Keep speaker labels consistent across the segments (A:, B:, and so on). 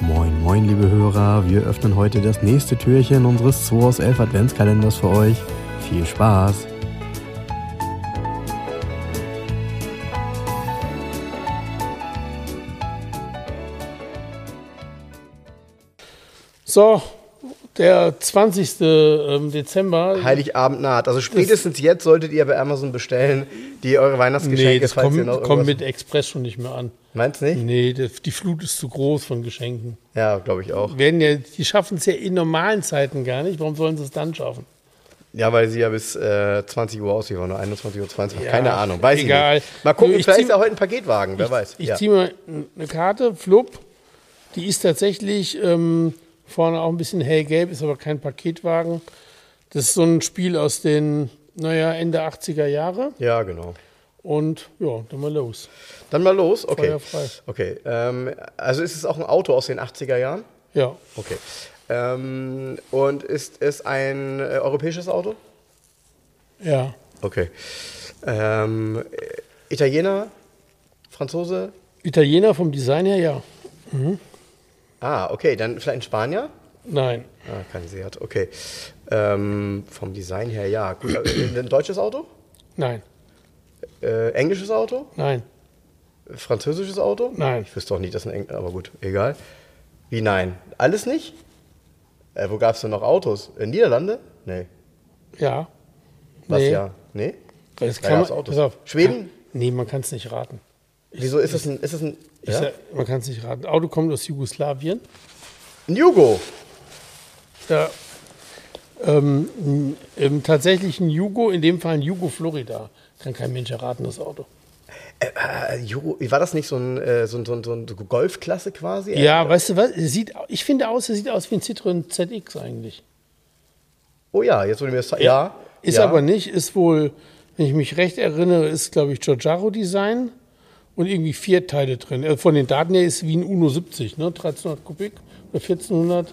A: Moin, moin, liebe Hörer. Wir öffnen heute das nächste Türchen unseres 2 aus 11 Adventskalenders für euch. Viel Spaß!
B: So, der 20. ähm, Dezember.
C: Heiligabend naht. Also spätestens jetzt solltet ihr bei Amazon bestellen, die eure Weihnachtsgeschenke,
B: nee, das
C: falls ihr
B: kommt,
C: noch
B: kommt
C: irgendwas...
B: mit Express schon nicht mehr an.
C: Meinst du nicht?
B: Nee, das, die Flut ist zu groß von Geschenken.
C: Ja, glaube ich auch.
B: Werden ja, die schaffen es ja in normalen Zeiten gar nicht. Warum sollen sie es dann schaffen?
C: Ja, weil sie ja bis äh, 20 Uhr ausliefern oder 21 Uhr, 22 Uhr.
B: Ja,
C: Keine Ahnung, weiß
B: egal.
C: ich nicht. Mal gucken,
B: Nö, ich
C: vielleicht
B: zieh-
C: ist ja heute ein Paketwagen, wer weiß.
B: Ich
C: ja.
B: ziehe mir eine Karte, Flup. Die ist tatsächlich ähm, vorne auch ein bisschen hellgelb, ist aber kein Paketwagen. Das ist so ein Spiel aus den, naja, Ende 80er Jahre.
C: ja, genau.
B: Und ja, dann mal los.
C: Dann mal los. Okay.
B: Feuerfrei.
C: Okay. Ähm, also ist es auch ein Auto aus den 80er Jahren?
B: Ja,
C: Okay. Ähm, und ist es ein äh, europäisches Auto?
B: ja.
C: Okay. Ähm, äh, Italiener? Franzose?
B: Italiener vom Design her, ja.
C: Ah, okay. Dann vielleicht ein Spanier?
B: Nein,
C: Ah, kein Seat. Okay. Ähm, vom Design her, ja. Gut, äh, ein deutsches Auto?
B: nein,
C: Äh, englisches Auto?
B: nein,
C: Französisches Auto?
B: nein.
C: Ich wüsste auch nicht, dass ein Engl... Aber gut, egal. Wie nein? Alles nicht? Äh, wo gab es denn noch Autos? In Niederlande? Nee.
B: Ja.
C: Was
B: Nee.
C: ja? Nee?
B: Das
C: Da
B: kann
C: gab's
B: man,
C: Autos.
B: pass auf.
C: Schweden?
B: Nee, man kann es nicht raten.
C: Wieso ist es ein... Ist es ein
B: Ich
C: ja?
B: sag, man kann es nicht raten. Auto kommt aus Jugoslawien.
C: Ein Jugo!
B: Da, ähm, n- ähm, tatsächlich ein Jugo, in dem Fall ein Jugo Florida. Kann kein Mensch erraten, das Auto.
C: Äh, Jugo, war das nicht so ein, äh, so ein, so ein, so ein Golfklasse quasi? Äh,
B: Ja, weißt du was? Es Sieht, ich finde aus, es sieht aus wie ein Citroen ZX eigentlich.
C: Oh ja, jetzt wurde mir das... Ja.
B: Ist
C: ja.
B: aber nicht, ist wohl, wenn ich mich recht erinnere, ist, glaube ich, Giorgiaro Design und irgendwie vier Teile drin. Äh, Von den Daten her ist wie ein Uno 70, ne? 1300 Kubik oder 1400.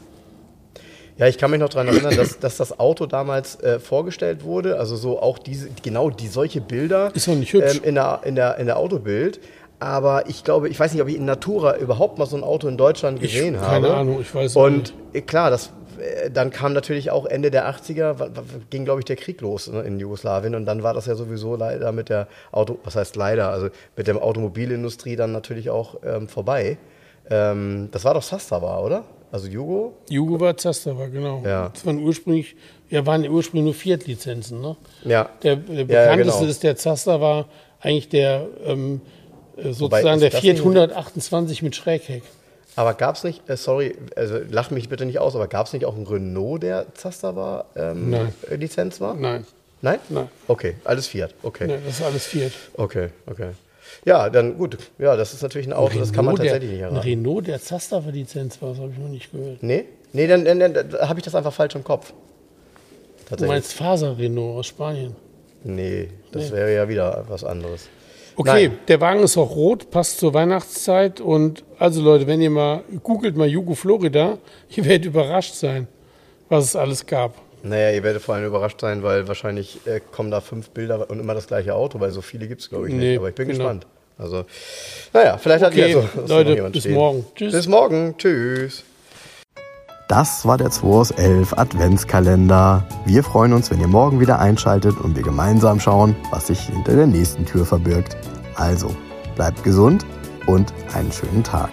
C: Ja, ich kann mich noch daran erinnern, dass, dass das Auto damals äh, vorgestellt wurde. Also so auch diese, genau die solche Bilder
B: Ist doch nicht hübsch.
C: Ähm, in, der, in, der, in der Autobild. Aber ich glaube, ich weiß nicht, ob ich in Natura überhaupt mal so ein Auto in Deutschland
B: Ich-
C: gesehen habe.
B: keine Ahnung, ich weiß es
C: Und äh, klar, das, äh, dann kam natürlich auch Ende der 80er, wa- wa- ging, glaube ich, der Krieg los ne, in Jugoslawien. Und dann war das ja sowieso leider mit der Auto, was heißt leider, also mit der Automobilindustrie dann natürlich auch ähm, vorbei. Ähm, das war doch Sastava, oder? Also Jugo?
B: Jugo war Zastava, genau.
C: Ja.
B: Das waren ursprünglich, ja, waren ursprünglich nur Fiat-Lizenzen, ne?
C: Ja.
B: Der, der
C: Ja, ja,
B: bekannteste
C: genau.
B: ist der Zaster war eigentlich der ähm, äh,
C: Wobei,
B: sozusagen
C: ist
B: der
C: das
B: 428 mit Schrägheck.
C: Aber gab es nicht, äh, sorry, also lach mich bitte nicht aus, aber gab es nicht auch einen Renault, der Zaster war, ähm,
B: Nein.
C: äh, Lizenz war?
B: Nein,
C: Nein?
B: Nein.
C: Okay, alles Fiat. Okay,
B: nein, das ist alles Fiat.
C: okay, okay. Ja, dann gut. Ja, das ist natürlich ein Auto, das kann man
B: Renault,
C: tatsächlich nicht
B: der,
C: erraten.
B: Ein Renault, der Zaster-Lizenz war, das habe ich noch nicht gehört.
C: Nee? Nee, dann, dann, dann, dann habe ich das einfach falsch im Kopf.
B: Du
C: Tatsächlich.
B: meinst Faser-Renault aus Spanien.
C: nee, das
B: Nee.
C: wäre ja wieder was anderes.
B: Okay,
C: Nein.
B: der Wagen ist auch rot, passt zur Weihnachtszeit. Und also Leute, wenn ihr mal, googelt mal Jugo Florida, ihr werdet überrascht sein, was es alles gab.
C: Naja, ihr werdet vor allem überrascht sein, weil wahrscheinlich äh, kommen da fünf Bilder und immer das gleiche Auto, weil so viele gibt es, glaube ich,
B: Nee,
C: nicht. Aber ich bin
B: genau.
C: gespannt. Also, naja, vielleicht hat
B: Okay,
C: ja so, so
B: Leute,
C: noch jemand
B: bis
C: stehen.
B: morgen. Tschüss.
C: Bis morgen. Tschüss.
A: Das war der 2 aus 11 Adventskalender. Wir freuen uns, wenn ihr morgen wieder einschaltet und wir gemeinsam schauen, was sich hinter der nächsten Tür verbirgt. Also, bleibt gesund und einen schönen Tag.